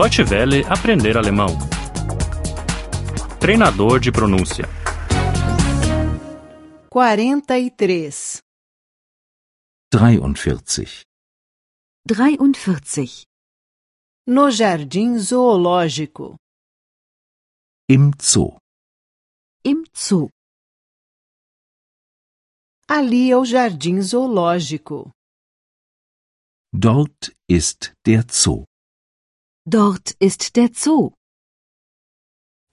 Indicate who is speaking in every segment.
Speaker 1: Deutsche Welle aprender alemão. Treinador de pronúncia.
Speaker 2: 43.
Speaker 3: 43.
Speaker 4: 43.
Speaker 2: No Jardim Zoológico.
Speaker 3: Im Zoo.
Speaker 4: Im Zoo.
Speaker 2: Ali é o Jardim Zoológico.
Speaker 3: Dort ist der Zoo.
Speaker 4: Dort ist der Zoo.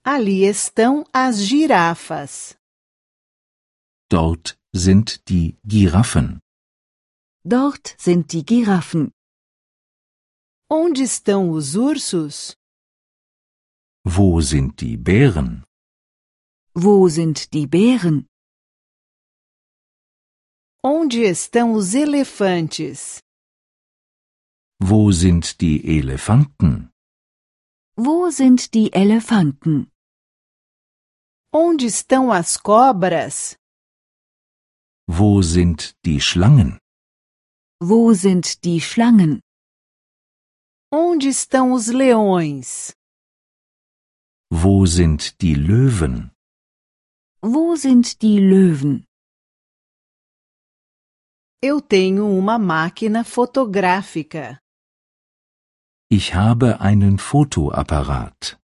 Speaker 2: Ali estão as girafas.
Speaker 3: Dort sind die Giraffen.
Speaker 4: Dort sind die Giraffen.
Speaker 2: Onde estão os ursos?
Speaker 3: Wo sind die Bären?
Speaker 4: Wo sind die Bären?
Speaker 2: Onde estão os elefantes?
Speaker 3: Wo sind die Elefanten?
Speaker 4: Wo sind die Elefanten?
Speaker 2: Onde estão as cobras?
Speaker 3: Wo sind die Schlangen?
Speaker 4: Wo sind die Schlangen?
Speaker 2: Onde estão os leões?
Speaker 3: Wo sind die Löwen?
Speaker 4: Wo sind die Löwen?
Speaker 2: Eu tenho uma máquina fotográfica.
Speaker 3: Ich habe einen Fotoapparat.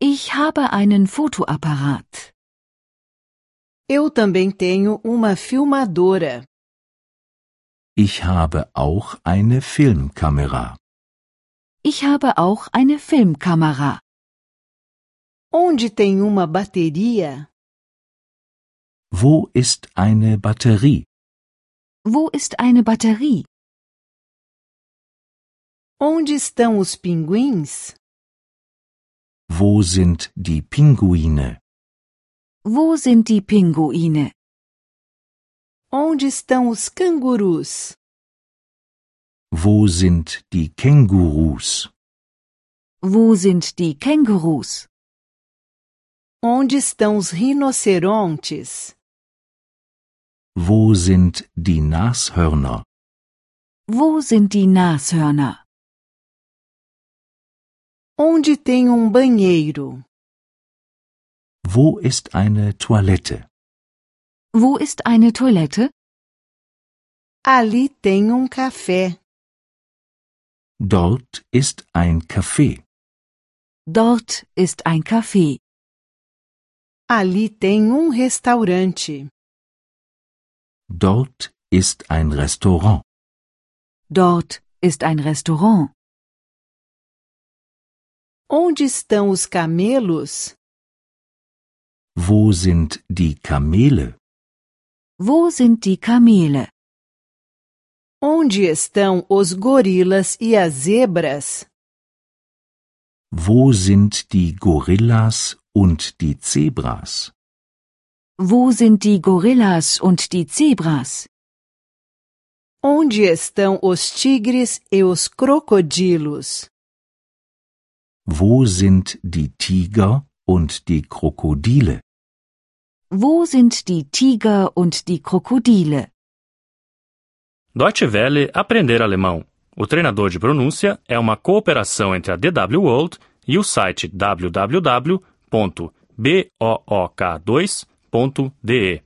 Speaker 4: Ich habe einen Fotoapparat.
Speaker 2: Eu também tenho uma filmadora.
Speaker 3: Ich habe auch eine Filmkamera.
Speaker 4: Ich habe auch eine Filmkamera.
Speaker 2: Onde tem uma bateria?
Speaker 3: Wo ist eine Batterie?
Speaker 4: Wo ist eine Batterie?
Speaker 2: Onde estão os pinguins?
Speaker 3: Wo sind die Pinguine?
Speaker 4: Wo sind die Pinguine?
Speaker 2: Onde estão os cangurus?
Speaker 3: Wo sind die Kängurus?
Speaker 4: Wo sind die Kängurus?
Speaker 2: Onde estão os rinocerontes?
Speaker 3: Wo sind die Nashörner?
Speaker 4: Wo sind die Nashörner?
Speaker 2: Onde tem um banheiro?
Speaker 3: Wo ist eine Toilette?
Speaker 4: Wo ist eine Toilette?
Speaker 2: Ali tem um café.
Speaker 3: Dort ist ein Café.
Speaker 4: Dort ist ein Café.
Speaker 2: Ali tem um restaurante.
Speaker 3: Dort ist ein Restaurant.
Speaker 4: Dort ist ein Restaurant.
Speaker 2: Onde estão os camelos?
Speaker 3: Wo sind die Kamele?
Speaker 4: Wo sind die Kamele?
Speaker 2: Onde estão os gorilas e as zebras?
Speaker 3: Wo sind die Gorillas und die Zebras?
Speaker 4: Wo sind die Gorillas und die Zebras?
Speaker 2: Onde estão os tigres e os crocodilos?
Speaker 3: Wo sind die Tiger und die Krokodile?
Speaker 4: Wo sind die Tiger und die Krokodile?
Speaker 1: Deutsche Welle aprender alemão. O treinador de pronúncia é uma cooperação entre a DW World e o site www.book2.de.